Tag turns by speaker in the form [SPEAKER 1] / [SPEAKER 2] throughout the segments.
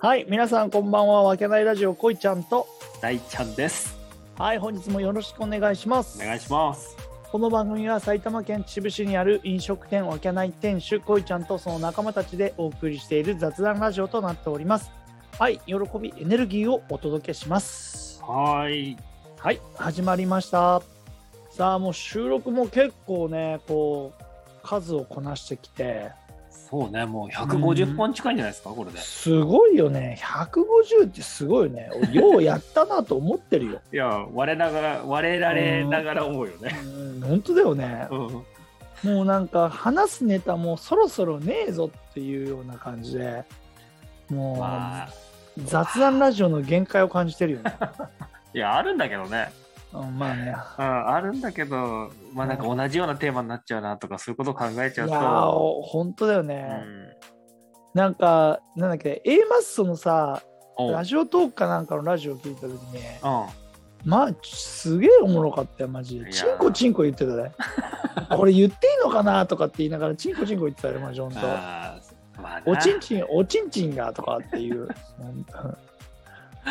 [SPEAKER 1] はい、皆さんこんばんは。わけないラジオこいちゃんと。
[SPEAKER 2] 大ちゃんです。
[SPEAKER 1] はい、本日もよろしくお願いします
[SPEAKER 2] お。願いします。
[SPEAKER 1] この番組は埼玉県秩父市にある飲食店わけない店主こいちゃんとその仲間たちでお送りしている雑談ラジオとなっております。はい、喜びエネルギーをお届けします。
[SPEAKER 2] はーい。
[SPEAKER 1] はい、始まりました。さあ、もう収録も結構ね、こう数をこなしてきて、
[SPEAKER 2] そうね、もう
[SPEAKER 1] うん
[SPEAKER 2] 150本近いんじゃないですか、これで。
[SPEAKER 1] すごいよね。150ってすごいよね。俺ようやったなと思ってるよ。
[SPEAKER 2] いや、我ながら、我られながら思うよね。
[SPEAKER 1] うん本当だよね。
[SPEAKER 2] うん。
[SPEAKER 1] もうなんか話すネタもそろそろねえぞっていうような感じで、も
[SPEAKER 2] まあ、
[SPEAKER 1] う雑談ラジオの限界を感じてるよね。
[SPEAKER 2] いや、あるんだけどね。
[SPEAKER 1] うんまあね。
[SPEAKER 2] うん、あるんだけど、まあなんか同じようなテーマになっちゃうなとか、そういうことを考え
[SPEAKER 1] い
[SPEAKER 2] ち
[SPEAKER 1] や
[SPEAKER 2] ゃう
[SPEAKER 1] ー
[SPEAKER 2] と。
[SPEAKER 1] お本当だよ
[SPEAKER 2] う
[SPEAKER 1] ね。
[SPEAKER 2] ん。
[SPEAKER 1] なんか、なんだっけ、A マッソのさ、
[SPEAKER 2] おう
[SPEAKER 1] ラジオトークかなんかのラジオ聞いた時に、
[SPEAKER 2] うん。
[SPEAKER 1] まあ、すげえおもろかったよ、マジ
[SPEAKER 2] いや
[SPEAKER 1] で。
[SPEAKER 2] ー
[SPEAKER 1] チンコチンコ言ってたね。 これ言っていいのかなとかって言いながら、チンコチンコ言ってたよ、マジ本当。
[SPEAKER 2] あーまあな、
[SPEAKER 1] おちんちん、おちんちんがとかって いう。本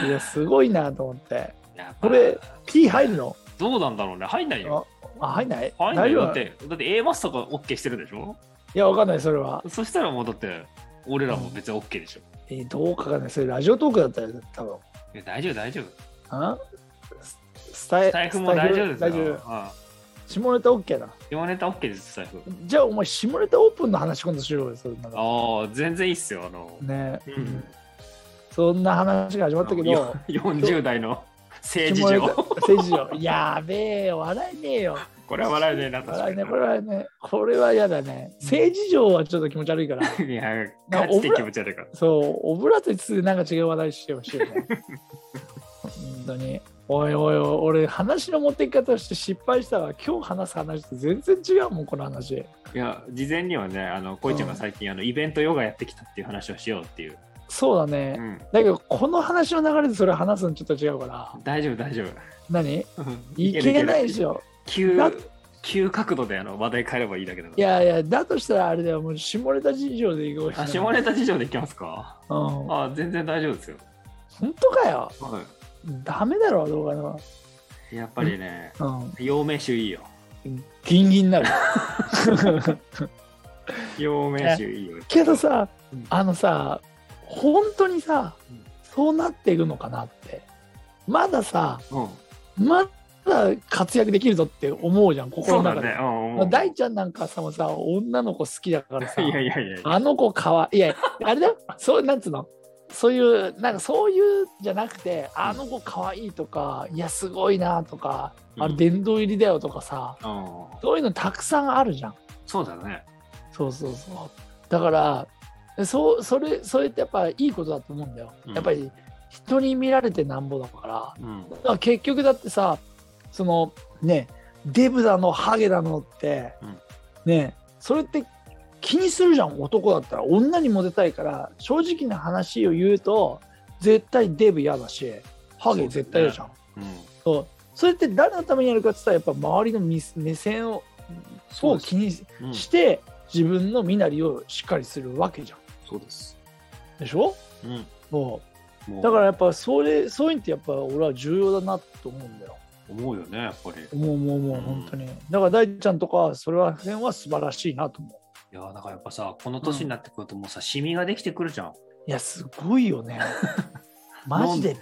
[SPEAKER 1] 当いや、すごいなと思って。
[SPEAKER 2] やっぱ
[SPEAKER 1] これ、P 入るの
[SPEAKER 2] どうなんだろうね、入んないよ。
[SPEAKER 1] あ、入んない
[SPEAKER 2] 入んないよ。だ
[SPEAKER 1] 大
[SPEAKER 2] っ
[SPEAKER 1] 丈夫
[SPEAKER 2] て、だって A マスとか OK してるでしょ
[SPEAKER 1] いや、わかんない、それは。
[SPEAKER 2] そしたらもうだって、俺らも別に OK でしょ。
[SPEAKER 1] えーどうかがね、それラジオトークだったよ、多分。
[SPEAKER 2] いや大丈夫、大丈夫。
[SPEAKER 1] あススタイ
[SPEAKER 2] 財布も大丈夫ですよ。
[SPEAKER 1] 大丈夫。
[SPEAKER 2] うん
[SPEAKER 1] 下ネタ OK だ。
[SPEAKER 2] 下ネタ OK です、財布。
[SPEAKER 1] じゃあ、お前、下ネタオープンの話今度しようよ、それなんか
[SPEAKER 2] ああ、全然いいっすよ。あの、
[SPEAKER 1] ね、
[SPEAKER 2] うん
[SPEAKER 1] そんな話が始まったけど、
[SPEAKER 2] よ40代の政治
[SPEAKER 1] 下ネ
[SPEAKER 2] 上
[SPEAKER 1] タ。政治上。やべえよ、笑えねえよ。
[SPEAKER 2] これは笑えねえな、確
[SPEAKER 1] 笑
[SPEAKER 2] か
[SPEAKER 1] えねえ、
[SPEAKER 2] に。
[SPEAKER 1] これはね、これは嫌だね。政治上はちょっと気持ち悪いから。
[SPEAKER 2] いや、勝ちて気持ち悪いから。
[SPEAKER 1] そう、オブラートに包んでなんか違う話題してほしいよね。本当に。おいおいおい、俺、話の持っていき方して失敗したわ。今日話す話と全然違うもん、この話。
[SPEAKER 2] いや、事前にはね、あの、こいちゃんが最近、あの、イベントヨガやってきたっていう話をしようっていう。
[SPEAKER 1] そうだ
[SPEAKER 2] う
[SPEAKER 1] ね。
[SPEAKER 2] ん。
[SPEAKER 1] だけど、この話の流れでそれ話すのちょっと違うから。
[SPEAKER 2] 大丈夫、大丈夫。
[SPEAKER 1] 何
[SPEAKER 2] うん
[SPEAKER 1] いけないでしょ。
[SPEAKER 2] 急
[SPEAKER 1] だ、
[SPEAKER 2] 急角度であの話題変えればいいだけだか
[SPEAKER 1] い
[SPEAKER 2] ら。
[SPEAKER 1] やいや、だとしたらあれだよ、もう下ネタ事情でいこうよ
[SPEAKER 2] あ下ネタ事情でいきますか
[SPEAKER 1] うん。本
[SPEAKER 2] あ全然大丈夫ですよ。
[SPEAKER 1] 当かよ。
[SPEAKER 2] は
[SPEAKER 1] ダメだろ、動画の。
[SPEAKER 2] い、やっぱりね、
[SPEAKER 1] うん。
[SPEAKER 2] 陽明酒いいよ。
[SPEAKER 1] ギンギンになる。
[SPEAKER 2] 陽明酒いいよ。
[SPEAKER 1] けどさ
[SPEAKER 2] うん
[SPEAKER 1] あのさ本当にさ
[SPEAKER 2] うん
[SPEAKER 1] そうなっていくのかなってまださ
[SPEAKER 2] うん、
[SPEAKER 1] まだ活躍できるぞって思うじゃん心
[SPEAKER 2] そう
[SPEAKER 1] の
[SPEAKER 2] だ
[SPEAKER 1] 中で、
[SPEAKER 2] ね。うん
[SPEAKER 1] まあ
[SPEAKER 2] うん、
[SPEAKER 1] 大ちゃんなんかさもさ女の子好きだからさ
[SPEAKER 2] いやいやいやいや。
[SPEAKER 1] あの子かわいいやあれだよそうなんつうのそういうなんかそういうじゃなくてあの子かわいいとかいやすごいなとかあれ
[SPEAKER 2] うん
[SPEAKER 1] 殿堂入りだよとかさ
[SPEAKER 2] うん
[SPEAKER 1] そういうのたくさんあるじゃん
[SPEAKER 2] そうだね。
[SPEAKER 1] そうそうそう。だから、そう、それ、それってやっぱいいことだと思うんだよ。
[SPEAKER 2] うん
[SPEAKER 1] やっぱり人に見られてなんぼだから。
[SPEAKER 2] うん。
[SPEAKER 1] だから結局だってさ、そのね、デブだの、ハゲだのって、
[SPEAKER 2] うん
[SPEAKER 1] ね、それって気にするじゃん、男だったら。女にモテたいから、正直な話を言うと、絶対デブ嫌だし、ハゲ絶対嫌じゃん。
[SPEAKER 2] うん。
[SPEAKER 1] そうそれって誰のためにやるかって言ったら、やっぱ周りの見目線を
[SPEAKER 2] そう
[SPEAKER 1] を
[SPEAKER 2] です。
[SPEAKER 1] 気にし
[SPEAKER 2] うん、
[SPEAKER 1] して自分の身なりをしっかりするわけじゃん
[SPEAKER 2] そうです。
[SPEAKER 1] でしょ
[SPEAKER 2] うん。
[SPEAKER 1] そ
[SPEAKER 2] も
[SPEAKER 1] う
[SPEAKER 2] う
[SPEAKER 1] だからやっぱそれそういうのってやっぱ俺は重要だなと思うんだよ
[SPEAKER 2] 思うよね、やっぱり。い
[SPEAKER 1] 思う思う思う
[SPEAKER 2] うん
[SPEAKER 1] 本当にだから大ちゃんとかそれら辺は素晴らしいなと思う
[SPEAKER 2] や、だからやっぱさ、この年になってくると、もうさ、シミができてくるじゃん。
[SPEAKER 1] いやすごいよ ねマジで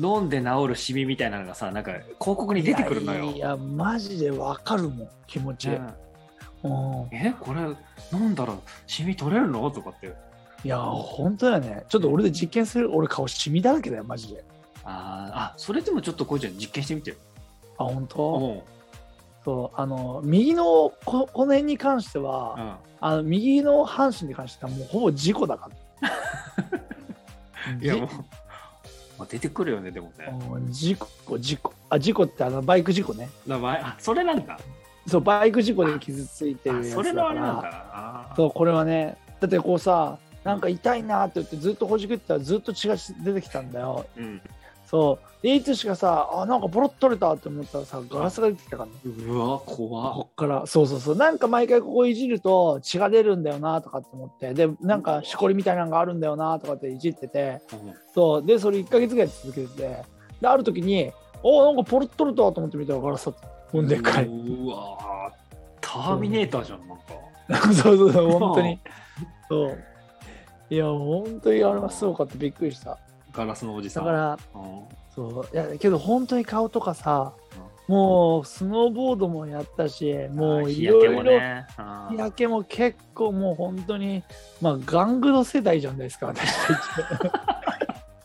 [SPEAKER 2] 飲んで治るシミみたいなのがさ、なんか広告に出てくるのよ。
[SPEAKER 1] いやいやマジでわかるもん気持ち、
[SPEAKER 2] うん
[SPEAKER 1] うん、
[SPEAKER 2] え、これ、なんだろう、シミ取れるのとかって。
[SPEAKER 1] いや本当だよねちょっと俺で実験する俺顔シミだらけだよマジで
[SPEAKER 2] あーあ、それでもちょっとこうちゃん実験してみてよ。
[SPEAKER 1] あ本
[SPEAKER 2] う
[SPEAKER 1] 当
[SPEAKER 2] ん。
[SPEAKER 1] そうあの右のここの辺に関しては、
[SPEAKER 2] うん。
[SPEAKER 1] あの右の半身に関してはもうほぼ事故だから
[SPEAKER 2] いや、
[SPEAKER 1] じ
[SPEAKER 2] もう、まあ出てくるよね、でもね。
[SPEAKER 1] うん事故、事故。あ、事故ってあのバイク事故ね。
[SPEAKER 2] 名前、あ、それなんだ。
[SPEAKER 1] そう、バイク事故で傷ついて
[SPEAKER 2] あ
[SPEAKER 1] るやつ
[SPEAKER 2] そ
[SPEAKER 1] だ
[SPEAKER 2] れ
[SPEAKER 1] か
[SPEAKER 2] のあれなんだ
[SPEAKER 1] ら。
[SPEAKER 2] な。あー
[SPEAKER 1] そう、これはね、だってこうさ、なんか痛いなって言ってずっとほじくってたらずっと血が出てきたんだよ。
[SPEAKER 2] うん。
[SPEAKER 1] そうでいつしかさあなんかボロッと取れたって思ったらさガラスが出てきたからね
[SPEAKER 2] うわ怖っ
[SPEAKER 1] こっからそうそうそうなんか毎回ここいじると血が出るんだよなとかって思ってでなんかしこりみたいなのがあるんだよなとかっていじっててそうでそれ1ヶ月ぐらい続けててである時におなんかポロッと取れたと思って見たらガラスだったほんでっかい
[SPEAKER 2] うわターミネーターじゃんなん か
[SPEAKER 1] そうそうそう本当 にそういや本当にあれはすごかったびっくりした
[SPEAKER 2] ガラスのおじさ
[SPEAKER 1] だ
[SPEAKER 2] ん
[SPEAKER 1] から
[SPEAKER 2] うん
[SPEAKER 1] そういやけど本当に顔とかさもうスノーボードもやったしもうい
[SPEAKER 2] 日
[SPEAKER 1] ろ
[SPEAKER 2] 焼け
[SPEAKER 1] い
[SPEAKER 2] も
[SPEAKER 1] ろ
[SPEAKER 2] ねう
[SPEAKER 1] 日
[SPEAKER 2] ん
[SPEAKER 1] 焼けも結構もう本当にまあガングロ世代じゃないですか私たち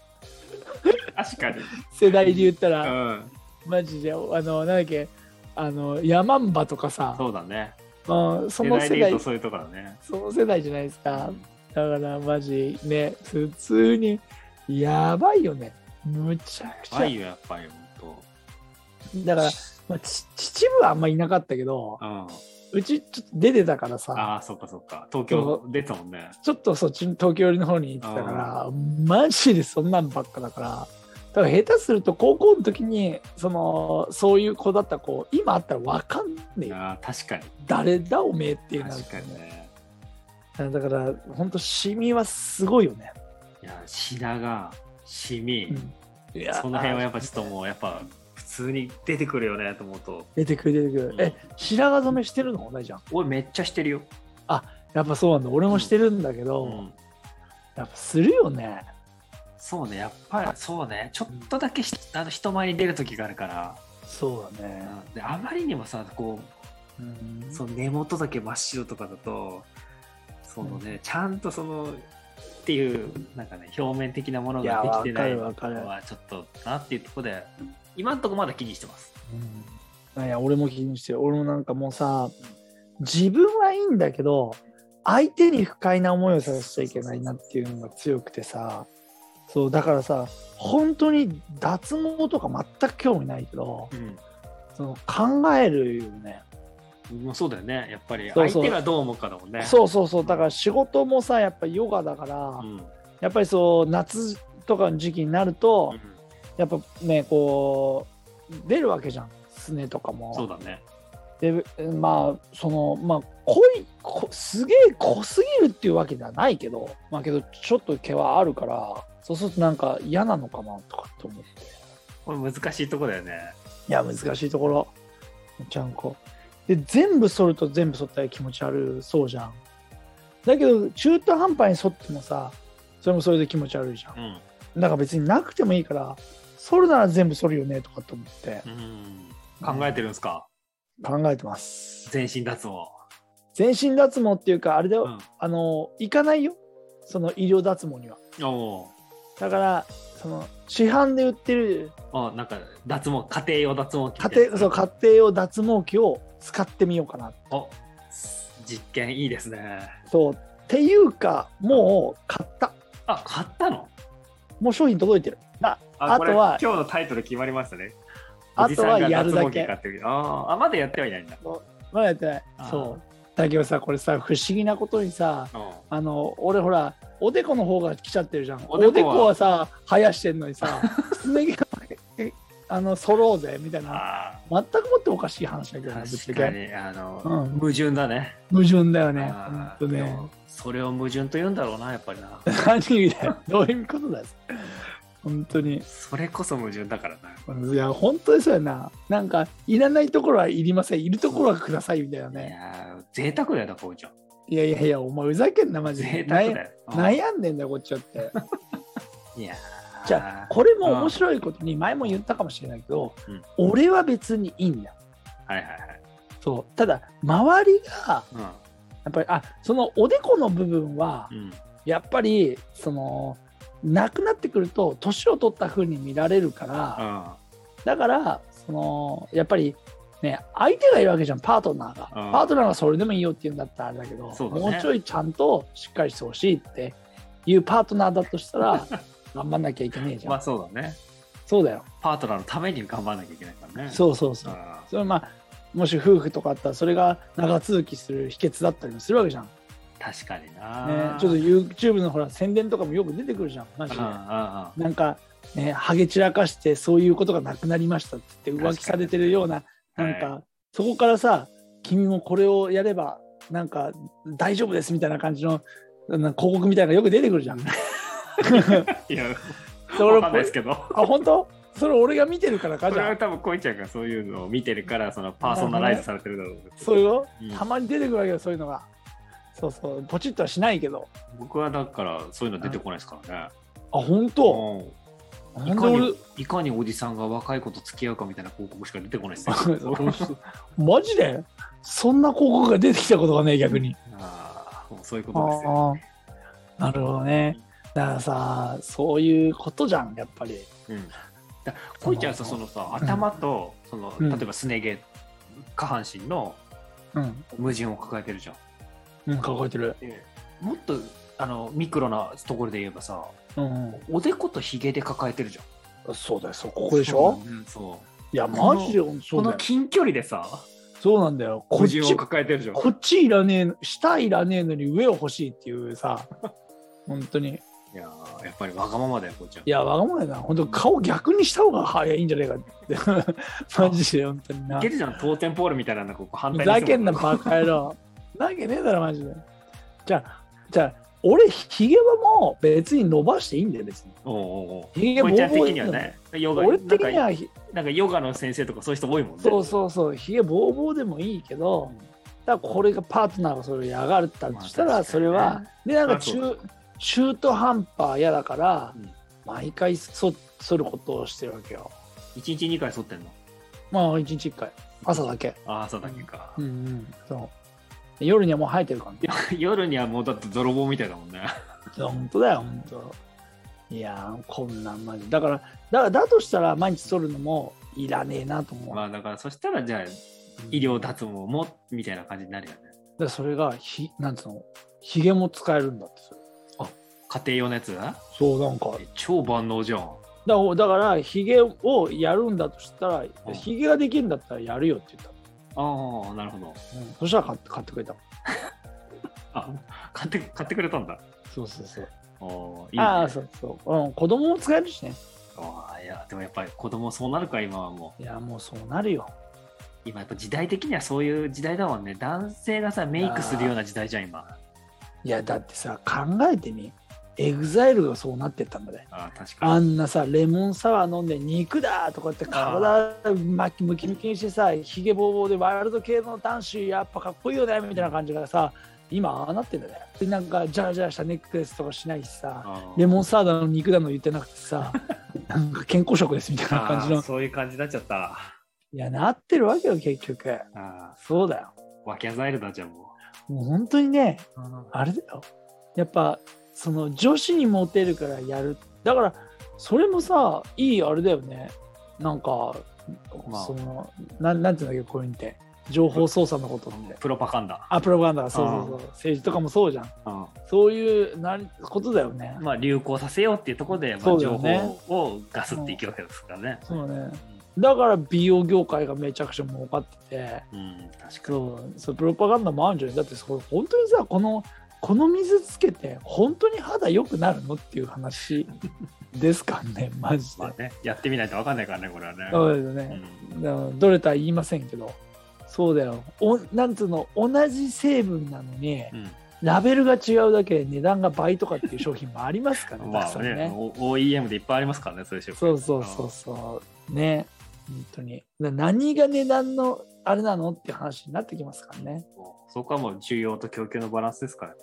[SPEAKER 2] 確かに
[SPEAKER 1] 世代で言った
[SPEAKER 2] う
[SPEAKER 1] ら
[SPEAKER 2] ん
[SPEAKER 1] マジであのなんだっけあのヤマンバとかさ
[SPEAKER 2] そうだね
[SPEAKER 1] うんその世
[SPEAKER 2] 世代で言う
[SPEAKER 1] 代
[SPEAKER 2] とそういうとこだね
[SPEAKER 1] その世代じゃないですかだからマジね普通にやばいよねむちゃくちゃ、
[SPEAKER 2] 怖いよやっぱり本
[SPEAKER 1] だから、まあ、ち秩父はあんまいなかったけど
[SPEAKER 2] 当うん
[SPEAKER 1] うちちょっと出てたからさ
[SPEAKER 2] ああそっかそっか東京出てたもんね
[SPEAKER 1] ちょっとそっち東京寄りの方に行ってたからマジでそんなんばっかだからだから下手すると高校の時にそのそういう子だった子今あったら分かんねえよ
[SPEAKER 2] ああ確かに
[SPEAKER 1] 誰だおめえっていうなる
[SPEAKER 2] 確
[SPEAKER 1] と
[SPEAKER 2] か
[SPEAKER 1] ね
[SPEAKER 2] にね
[SPEAKER 1] だから本当シミはすごいよね、
[SPEAKER 2] いや品がシミ、
[SPEAKER 1] いや
[SPEAKER 2] その辺はやっぱちょっともうやっぱ普通に出てくるよねと思うと
[SPEAKER 1] 出てくる出てくる、
[SPEAKER 2] うん
[SPEAKER 1] え白髪染めしてるの同じじゃん
[SPEAKER 2] 俺めっちゃしてるよ、
[SPEAKER 1] やっぱそうなんだ俺もしてるんだけ
[SPEAKER 2] う
[SPEAKER 1] ど、
[SPEAKER 2] ん、
[SPEAKER 1] やっぱするよね
[SPEAKER 2] そうねやっぱりそうねちょっとだけひあの人前に出る時があるから、
[SPEAKER 1] そうだね、
[SPEAKER 2] うんであまりにもさこ
[SPEAKER 1] うん
[SPEAKER 2] うその根元だけ真っ白とかだとそのね、ちゃんとそのっていうなんかね表面的なもの
[SPEAKER 1] いや
[SPEAKER 2] ができてない
[SPEAKER 1] わ
[SPEAKER 2] の
[SPEAKER 1] かるわかる
[SPEAKER 2] はちょっとなっていうところで今んとこまだ気にしてます
[SPEAKER 1] うん、いや俺も気にしてる俺もなんかもうさ自分はいいんだけど相手に不快な思いをさせちゃいけないなっていうのが強くてさそうだからさ本当に脱毛とか全く興味ないけど
[SPEAKER 2] う
[SPEAKER 1] その考えるよね
[SPEAKER 2] んもうそうだよねやっぱり
[SPEAKER 1] そう
[SPEAKER 2] 相
[SPEAKER 1] そう
[SPEAKER 2] 手がどう思うかだもんね
[SPEAKER 1] そうそうそうだから仕事もさやっぱヨガだから、
[SPEAKER 2] うんうん
[SPEAKER 1] やっぱりそう夏とかの時期になると、やっぱねこう出るわけじゃんすねとかも
[SPEAKER 2] そうだね
[SPEAKER 1] でまあそのまあ濃いこすげえ濃すぎるっていうわけではないけどまあけどちょっと毛はあるからそうするとなんか嫌なのかなとかって思って
[SPEAKER 2] これ難しいとこだよね
[SPEAKER 1] いや難しいところちゃんこで全部剃ると全部剃ったら気持ち悪そうじゃんだけど中途半端に剃ってもさそれもそれで気持ち悪いじゃん
[SPEAKER 2] うん
[SPEAKER 1] だから別になくてもいいから剃るなら全部剃るよねとかって思って
[SPEAKER 2] うん考えてるんですか、
[SPEAKER 1] 考えてます
[SPEAKER 2] 全身脱毛。
[SPEAKER 1] 全身脱毛っていうかあれだよ、
[SPEAKER 2] う
[SPEAKER 1] あの行かないよその医療脱毛には
[SPEAKER 2] ん、お
[SPEAKER 1] だからその市販で売ってる
[SPEAKER 2] お、あなんか脱毛、家庭用脱毛器みたい
[SPEAKER 1] 家庭
[SPEAKER 2] な。
[SPEAKER 1] そう家庭用脱毛器を使ってみようかな
[SPEAKER 2] お実験いいですね。
[SPEAKER 1] そうっていうかもう買った
[SPEAKER 2] あ、買ったの
[SPEAKER 1] もう商品届いてるああ
[SPEAKER 2] これ
[SPEAKER 1] とは
[SPEAKER 2] 今日のタイトル決まりましたね。
[SPEAKER 1] あとは
[SPEAKER 2] おじさんが
[SPEAKER 1] やるだけ
[SPEAKER 2] 脱毛器買ってみるあーあ、まだやってはいないんだ。
[SPEAKER 1] まだやってない
[SPEAKER 2] あー
[SPEAKER 1] そうだけどさこれさ不思議なことにさ
[SPEAKER 2] うん
[SPEAKER 1] あの俺ほらおでこの方が来ちゃってるじゃんお
[SPEAKER 2] お
[SPEAKER 1] で
[SPEAKER 2] でこは
[SPEAKER 1] こはさ生やしてんのに さすね毛がえあの揃ろうぜみたいな
[SPEAKER 2] あ
[SPEAKER 1] 全くもっておかしい話だけどなぶっち
[SPEAKER 2] ー
[SPEAKER 1] ゃ
[SPEAKER 2] 確か
[SPEAKER 1] け
[SPEAKER 2] に、あの、
[SPEAKER 1] うん
[SPEAKER 2] 矛盾だね。
[SPEAKER 1] 矛盾だよね本
[SPEAKER 2] あー
[SPEAKER 1] 当
[SPEAKER 2] で
[SPEAKER 1] ね
[SPEAKER 2] もそれを矛盾と言うんだろうな、やっぱりな。
[SPEAKER 1] 何だよどういうことだよ本当に
[SPEAKER 2] それこそ矛盾だからな。
[SPEAKER 1] いや本当ですよななんかいらないところはいりませんいるところはくださいみたいないね
[SPEAKER 2] やー贅沢だよな、こうちゃん。
[SPEAKER 1] いやいやいやお前ふざけんなマジで
[SPEAKER 2] 贅沢だよ。
[SPEAKER 1] 悩悩んでんだよこっちだって
[SPEAKER 2] いやー
[SPEAKER 1] じゃあこれも面白いことに前も言ったかもしれないけど、
[SPEAKER 2] うん
[SPEAKER 1] 俺は別にいいんだよ
[SPEAKER 2] はいはいはい。
[SPEAKER 1] そうただ周りが
[SPEAKER 2] うん
[SPEAKER 1] やっぱりあそのおでこの部分は
[SPEAKER 2] うん、
[SPEAKER 1] やっぱりそのなくなってくると年を取った風に見られるから
[SPEAKER 2] あ
[SPEAKER 1] だからそのやっぱりね相手がいるわけじゃんパートナーが
[SPEAKER 2] うん
[SPEAKER 1] パートナーがそれでもいいよって言うんだったらあれだけど
[SPEAKER 2] そうだね
[SPEAKER 1] もうちょいちゃんとしっかりしてほしいっていうパートナーだとしたら頑張んなきゃいけねえじゃん、
[SPEAKER 2] まあそうだね。
[SPEAKER 1] そうだよ
[SPEAKER 2] パートナーのために頑張らなきゃいけないからね。う
[SPEAKER 1] そうそうそう
[SPEAKER 2] あ
[SPEAKER 1] それまあもし夫婦とかあったらそれが長続きする秘訣だったりもするわけじゃん、ね、
[SPEAKER 2] 確かに
[SPEAKER 1] ち
[SPEAKER 2] な、
[SPEAKER 1] ょっと YouTube のほら宣伝とかもよく出てくるじゃんマジ
[SPEAKER 2] うん
[SPEAKER 1] で
[SPEAKER 2] うんうん
[SPEAKER 1] なんかね、ハゲ散らかしてそういうことがなくなりましたって言って浮気
[SPEAKER 2] 確か
[SPEAKER 1] さ
[SPEAKER 2] に
[SPEAKER 1] れてるようななんか、そこからさ君もこれをやればなんか大丈夫ですみたいな感じのなんか広告みたいなのがよく出てくるじゃ ん。
[SPEAKER 2] い や、
[SPEAKER 1] そ
[SPEAKER 2] わ
[SPEAKER 1] れ
[SPEAKER 2] かんないですけど。
[SPEAKER 1] あ本当それ俺が見てるからか
[SPEAKER 2] そ
[SPEAKER 1] じ
[SPEAKER 2] れ
[SPEAKER 1] ゃ
[SPEAKER 2] は
[SPEAKER 1] あ
[SPEAKER 2] 多分、こいちゃんがそういうのを見てるから、そのパーソナライズされてるだろうけど
[SPEAKER 1] そうよ、
[SPEAKER 2] うん
[SPEAKER 1] たまに出てくるわけよそういうのがそうそうポチッとはしないけど
[SPEAKER 2] 僕はだから、そういうの出てこないですからね。
[SPEAKER 1] あ本当
[SPEAKER 2] うん
[SPEAKER 1] ないんで
[SPEAKER 2] か
[SPEAKER 1] 俺
[SPEAKER 2] に、いかにおじさんが若い子と付き合うかみたいな広告しか出てこな いですよ。
[SPEAKER 1] マジでそんな広告が出てきたことがねえ逆に。
[SPEAKER 2] ああ、もうそういうことですよ。
[SPEAKER 1] ああなるほどね。だからさそういうことじゃんやっぱり。
[SPEAKER 2] うんだこいちゃんさ、そのさ、頭と、その、
[SPEAKER 1] うん
[SPEAKER 2] 例えばすね毛、下半身の
[SPEAKER 1] うん、
[SPEAKER 2] 矛盾を抱えてるじゃん。
[SPEAKER 1] うん、抱えてる。
[SPEAKER 2] もっと、あの、ミクロなところで言えばさ、
[SPEAKER 1] うん、
[SPEAKER 2] おでことひげで抱えてるじゃん。
[SPEAKER 1] そうだよ、そうここでしょ。
[SPEAKER 2] うん、そう。
[SPEAKER 1] いや、
[SPEAKER 2] この
[SPEAKER 1] マジで、そ
[SPEAKER 2] こ
[SPEAKER 1] うだ
[SPEAKER 2] の
[SPEAKER 1] よ。
[SPEAKER 2] 近距離でさ、
[SPEAKER 1] そうなんだよ。こ
[SPEAKER 2] 矛
[SPEAKER 1] っ
[SPEAKER 2] 盾
[SPEAKER 1] ち、
[SPEAKER 2] を抱えてるじゃん。
[SPEAKER 1] こっちいらねえの、下いらねえのに上を欲しいっていうさ、本当に。
[SPEAKER 2] いやーやっぱりわがままだよ、こいちゃん。
[SPEAKER 1] いや、わがままだな。本当顔逆にした方が早いんじゃねえかって。 マジで、本当にな。
[SPEAKER 2] いけるじゃん、当店ポールみたいなのここ反
[SPEAKER 1] ふ
[SPEAKER 2] 対
[SPEAKER 1] ざけんな、
[SPEAKER 2] パ
[SPEAKER 1] バカ野郎。なわけねえだろ、マジで。じゃあ、じゃあ、俺、ひげはもう別に伸ばしていいんだよ、別に。
[SPEAKER 2] おうおうおう。
[SPEAKER 1] ひげ
[SPEAKER 2] こ
[SPEAKER 1] ボ
[SPEAKER 2] いちゃ
[SPEAKER 1] ー
[SPEAKER 2] ん
[SPEAKER 1] ボ
[SPEAKER 2] 的
[SPEAKER 1] ー
[SPEAKER 2] にはね、ヨガ
[SPEAKER 1] 俺的に
[SPEAKER 2] なんか
[SPEAKER 1] はひ
[SPEAKER 2] なんかヨガの先生とかそういう人多いもんね。
[SPEAKER 1] そうそうそう、ひげぼうぼうでもいいけど、だからこれがパートナーがそれを嫌がるったとした
[SPEAKER 2] まあ
[SPEAKER 1] ら、
[SPEAKER 2] 確か
[SPEAKER 1] そ
[SPEAKER 2] に
[SPEAKER 1] れ
[SPEAKER 2] ね
[SPEAKER 1] は、で、なんか
[SPEAKER 2] そりゃそう
[SPEAKER 1] 中中途半端嫌だから
[SPEAKER 2] うん、
[SPEAKER 1] 毎回そ剃ることをしてるわけよ。
[SPEAKER 2] 一日二回剃ってんの。
[SPEAKER 1] まあ、一日一回、朝だけ。
[SPEAKER 2] ああ、そうだっけか。
[SPEAKER 1] うんうん、そうで夜にはもう生えてるからね。
[SPEAKER 2] 夜にはもうだって泥棒みたいだもんね。
[SPEAKER 1] 本当だよ、本当。いやー、こんなんマジ。だから、だからだとしたら、毎日剃るのもいらねえなと思う。
[SPEAKER 2] まあだから、そしたらじゃあ、医療脱毛もみたいな感じになるよね。
[SPEAKER 1] だからそれがひ、なんつうの、ひげも使えるんだって、それ
[SPEAKER 2] 家庭用のやつは
[SPEAKER 1] そう、なんか。
[SPEAKER 2] え超万能じゃん。
[SPEAKER 1] だからだからひげをやるんだとしたら
[SPEAKER 2] うん
[SPEAKER 1] ひげができるんだったらやるよって言っ
[SPEAKER 2] ああ、なるほど。
[SPEAKER 1] た、うん、そしたら買って買ってくれた
[SPEAKER 2] あ、買って、買ってくれたんだ。
[SPEAKER 1] そうそうそう
[SPEAKER 2] おーいいね
[SPEAKER 1] ああそうそう、うん、子供も使えるしね
[SPEAKER 2] あーいやでもやっぱり子供そうなるか今はも
[SPEAKER 1] いやもうそうなるよ
[SPEAKER 2] う今やっぱ時代的にはそういう時代だもんね男性がさメイクするような時代じゃん今
[SPEAKER 1] いやだってさ考えてみエグザイルがそうなってったんだね
[SPEAKER 2] あー確か
[SPEAKER 1] あ
[SPEAKER 2] に
[SPEAKER 1] んなさレモンサワー飲んで肉だとかって体まきムキムキにしてさひげぼうぼうでワイルド系の男子やっぱかっこいいよねみたいな感じがさ今ああなってんだねでなんかジャラジャラしたネックレスとかしないしさ
[SPEAKER 2] あー
[SPEAKER 1] レモンサワーだの肉だの言ってなくて さなんか健康食ですみたいな感じ
[SPEAKER 2] あー
[SPEAKER 1] の
[SPEAKER 2] そういう感じになっちゃった
[SPEAKER 1] いやなってるわけよ結局
[SPEAKER 2] あ
[SPEAKER 1] そうだよ
[SPEAKER 2] ーワキャザイルだじゃんも
[SPEAKER 1] もう本当にね
[SPEAKER 2] う
[SPEAKER 1] あれだよやっぱその女子にモテるからやるだからそれもさいいあれだよねなんか、
[SPEAKER 2] まあ
[SPEAKER 1] そのなんなんていうんだっけこういうのって情報操作のことって
[SPEAKER 2] プロパガンダ、
[SPEAKER 1] あプロパガンダそうそうそう政治とかもそうじゃん
[SPEAKER 2] うん
[SPEAKER 1] そういうなことだよね
[SPEAKER 2] まあ流行させようっていうところで、ま
[SPEAKER 1] そ
[SPEAKER 2] あ、
[SPEAKER 1] うだ
[SPEAKER 2] 情
[SPEAKER 1] よね
[SPEAKER 2] 報をガスっていくわけですからね
[SPEAKER 1] そうねだから美容業界がめちゃくちゃ儲かってて
[SPEAKER 2] うん確かに
[SPEAKER 1] そうそうプロパガンダもあるんじゃないだってそれ本当にさこのこの水つけて本当に肌良くなるのっていう話ですか ねマジで
[SPEAKER 2] ま。あねやってみないと分かんないからねこれはね
[SPEAKER 1] そうです
[SPEAKER 2] う
[SPEAKER 1] ね、
[SPEAKER 2] ん
[SPEAKER 1] だからどれとは言いませんけどそうだよおなんつうの同じ成分なのに
[SPEAKER 2] うん
[SPEAKER 1] ラベルが違うだけで値段が倍とかっていう商品もありますからねた
[SPEAKER 2] ま
[SPEAKER 1] くさ
[SPEAKER 2] あ
[SPEAKER 1] ん
[SPEAKER 2] ね O- OEM でいっぱいありますからねそういう仕事
[SPEAKER 1] そうそうそうそう。ね。本当に。な何が値段のあれなのっていう話になってきますからね。
[SPEAKER 2] そこはもう需要と供給のバランスですから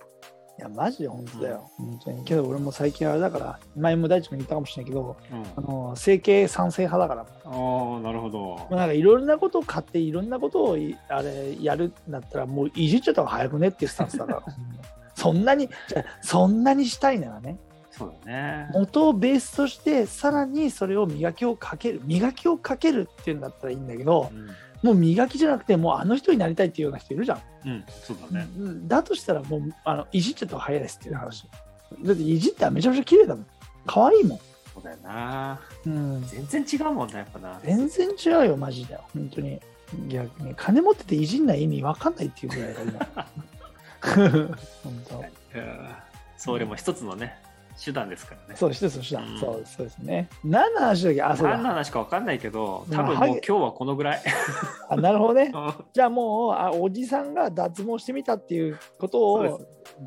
[SPEAKER 1] いや、マジで本当だよ。本当に。けど俺も最近あれだから、前も大地君に言ったかもしれないけど、
[SPEAKER 2] うん、
[SPEAKER 1] あの整形賛成派だから、も
[SPEAKER 2] ああなるほど
[SPEAKER 1] うなんかいろんなことを買って、いろんなことをいあれやるんだったら、もういじっちゃった方が早くねっていうスタンスだから。そんなに、じゃあそんなにしたいならね、
[SPEAKER 2] そうだね
[SPEAKER 1] 元をベースとして、さらにそれを磨きをかける、磨きをかけるっていうんだったらいいんだけど、
[SPEAKER 2] うん、
[SPEAKER 1] もう磨きじゃなくてもうあの人になりたいっていうような人いるじゃん、
[SPEAKER 2] うん、そうだね
[SPEAKER 1] うんだとしたらもうあのいじっちゃった方が早いですっていう話だっていじったらめちゃめちゃ綺麗だもん可愛いも、
[SPEAKER 2] そうだよな
[SPEAKER 1] う
[SPEAKER 2] ん
[SPEAKER 1] ん、
[SPEAKER 2] 全然違うもんねやっぱな
[SPEAKER 1] 全然違うよマジで本当に逆に金持ってていじんない意味わかんないっていうぐ らいだ今本当
[SPEAKER 2] うんそれも一つのね手段ですからね。
[SPEAKER 1] そうです、そうです、そう
[SPEAKER 2] うん
[SPEAKER 1] そうそうですね。何の話だっけあ、そう
[SPEAKER 2] 何の
[SPEAKER 1] だ。
[SPEAKER 2] 話か分かんないけど、多分もう
[SPEAKER 1] まあ
[SPEAKER 2] 今日はこのぐ らい。
[SPEAKER 1] あなるほどね。
[SPEAKER 2] そ
[SPEAKER 1] じゃあもうあ、おじさんが脱毛してみたっていうこと
[SPEAKER 2] うです
[SPEAKER 1] を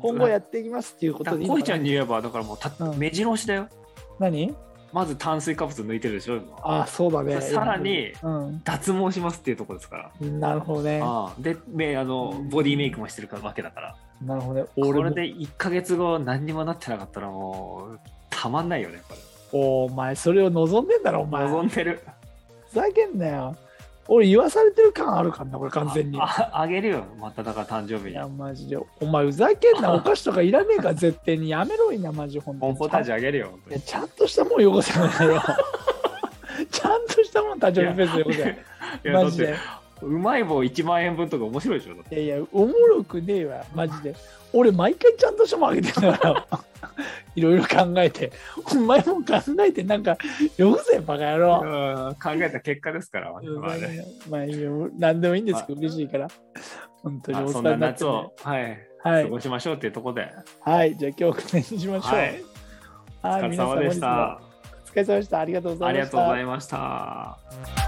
[SPEAKER 1] 今後やっていきますっていうこ
[SPEAKER 2] だか
[SPEAKER 1] とで
[SPEAKER 2] ら
[SPEAKER 1] いい
[SPEAKER 2] こ
[SPEAKER 1] の
[SPEAKER 2] いち
[SPEAKER 1] か
[SPEAKER 2] ゃ
[SPEAKER 1] なん
[SPEAKER 2] に言えば、だからもうた、
[SPEAKER 1] うん
[SPEAKER 2] 目白押しだよ。
[SPEAKER 1] 何
[SPEAKER 2] まず炭水化物抜いてるでしょ、今。
[SPEAKER 1] あ、そうだね。
[SPEAKER 2] さらに
[SPEAKER 1] うん。
[SPEAKER 2] 脱毛しますっていうところですから。
[SPEAKER 1] なるほどね。
[SPEAKER 2] ああで、めあの
[SPEAKER 1] うん
[SPEAKER 2] ボディメイクもしてるわけだから。
[SPEAKER 1] なるほどね。
[SPEAKER 2] こ
[SPEAKER 1] 俺
[SPEAKER 2] れ
[SPEAKER 1] も
[SPEAKER 2] で1か月後何にもなってなかったらもうたまんないよねこれ
[SPEAKER 1] お前、それを望んでんだろ、お前。
[SPEAKER 2] 望んでる
[SPEAKER 1] ふざけんなよ。俺、言わされてる感あるかんな、これ、完全に。
[SPEAKER 2] あああげるよまただから誕生日
[SPEAKER 1] い
[SPEAKER 2] に
[SPEAKER 1] や、マジで。お前、ふざけんな。お菓子とかいらねえから、絶対に。やめろいな、マジ、ほんと
[SPEAKER 2] コン
[SPEAKER 1] に。
[SPEAKER 2] ポタージュあげるよ本当
[SPEAKER 1] いや
[SPEAKER 2] に
[SPEAKER 1] ちゃんとしたもんよこせないよ。ちゃんとしたもん誕生日フェスよこせ。
[SPEAKER 2] いやだ
[SPEAKER 1] マ
[SPEAKER 2] っ
[SPEAKER 1] ジ
[SPEAKER 2] て
[SPEAKER 1] で。
[SPEAKER 2] うまい棒1万円分とか面白いでしょだって
[SPEAKER 1] いやいや、おもろくねえわ、マジで。俺、毎回ちゃんとしたもんあげてんだから。 いろいろ考えて。お前も考えて、なんか、よこせ、バカ野郎。
[SPEAKER 2] うん考えた結果ですから、まあね
[SPEAKER 1] まあ、いいよ何でもいいんですけど、嬉しいから。本当に
[SPEAKER 2] まあ
[SPEAKER 1] お
[SPEAKER 2] そ
[SPEAKER 1] 世
[SPEAKER 2] ん
[SPEAKER 1] 話
[SPEAKER 2] な
[SPEAKER 1] になって
[SPEAKER 2] 夏
[SPEAKER 1] ね、
[SPEAKER 2] を、はい、
[SPEAKER 1] は
[SPEAKER 2] 過
[SPEAKER 1] い
[SPEAKER 2] ご。しましょうっていうところで、
[SPEAKER 1] はい。じゃあ、今日はこの辺にしましょう。
[SPEAKER 2] は
[SPEAKER 1] はいい。、
[SPEAKER 2] お疲れ様でし
[SPEAKER 1] 皆さん本
[SPEAKER 2] た。
[SPEAKER 1] 日もお疲れ様でした。ありがとうござ
[SPEAKER 2] あ
[SPEAKER 1] い
[SPEAKER 2] り
[SPEAKER 1] ま
[SPEAKER 2] が
[SPEAKER 1] し
[SPEAKER 2] とうご
[SPEAKER 1] た
[SPEAKER 2] ざ。いました。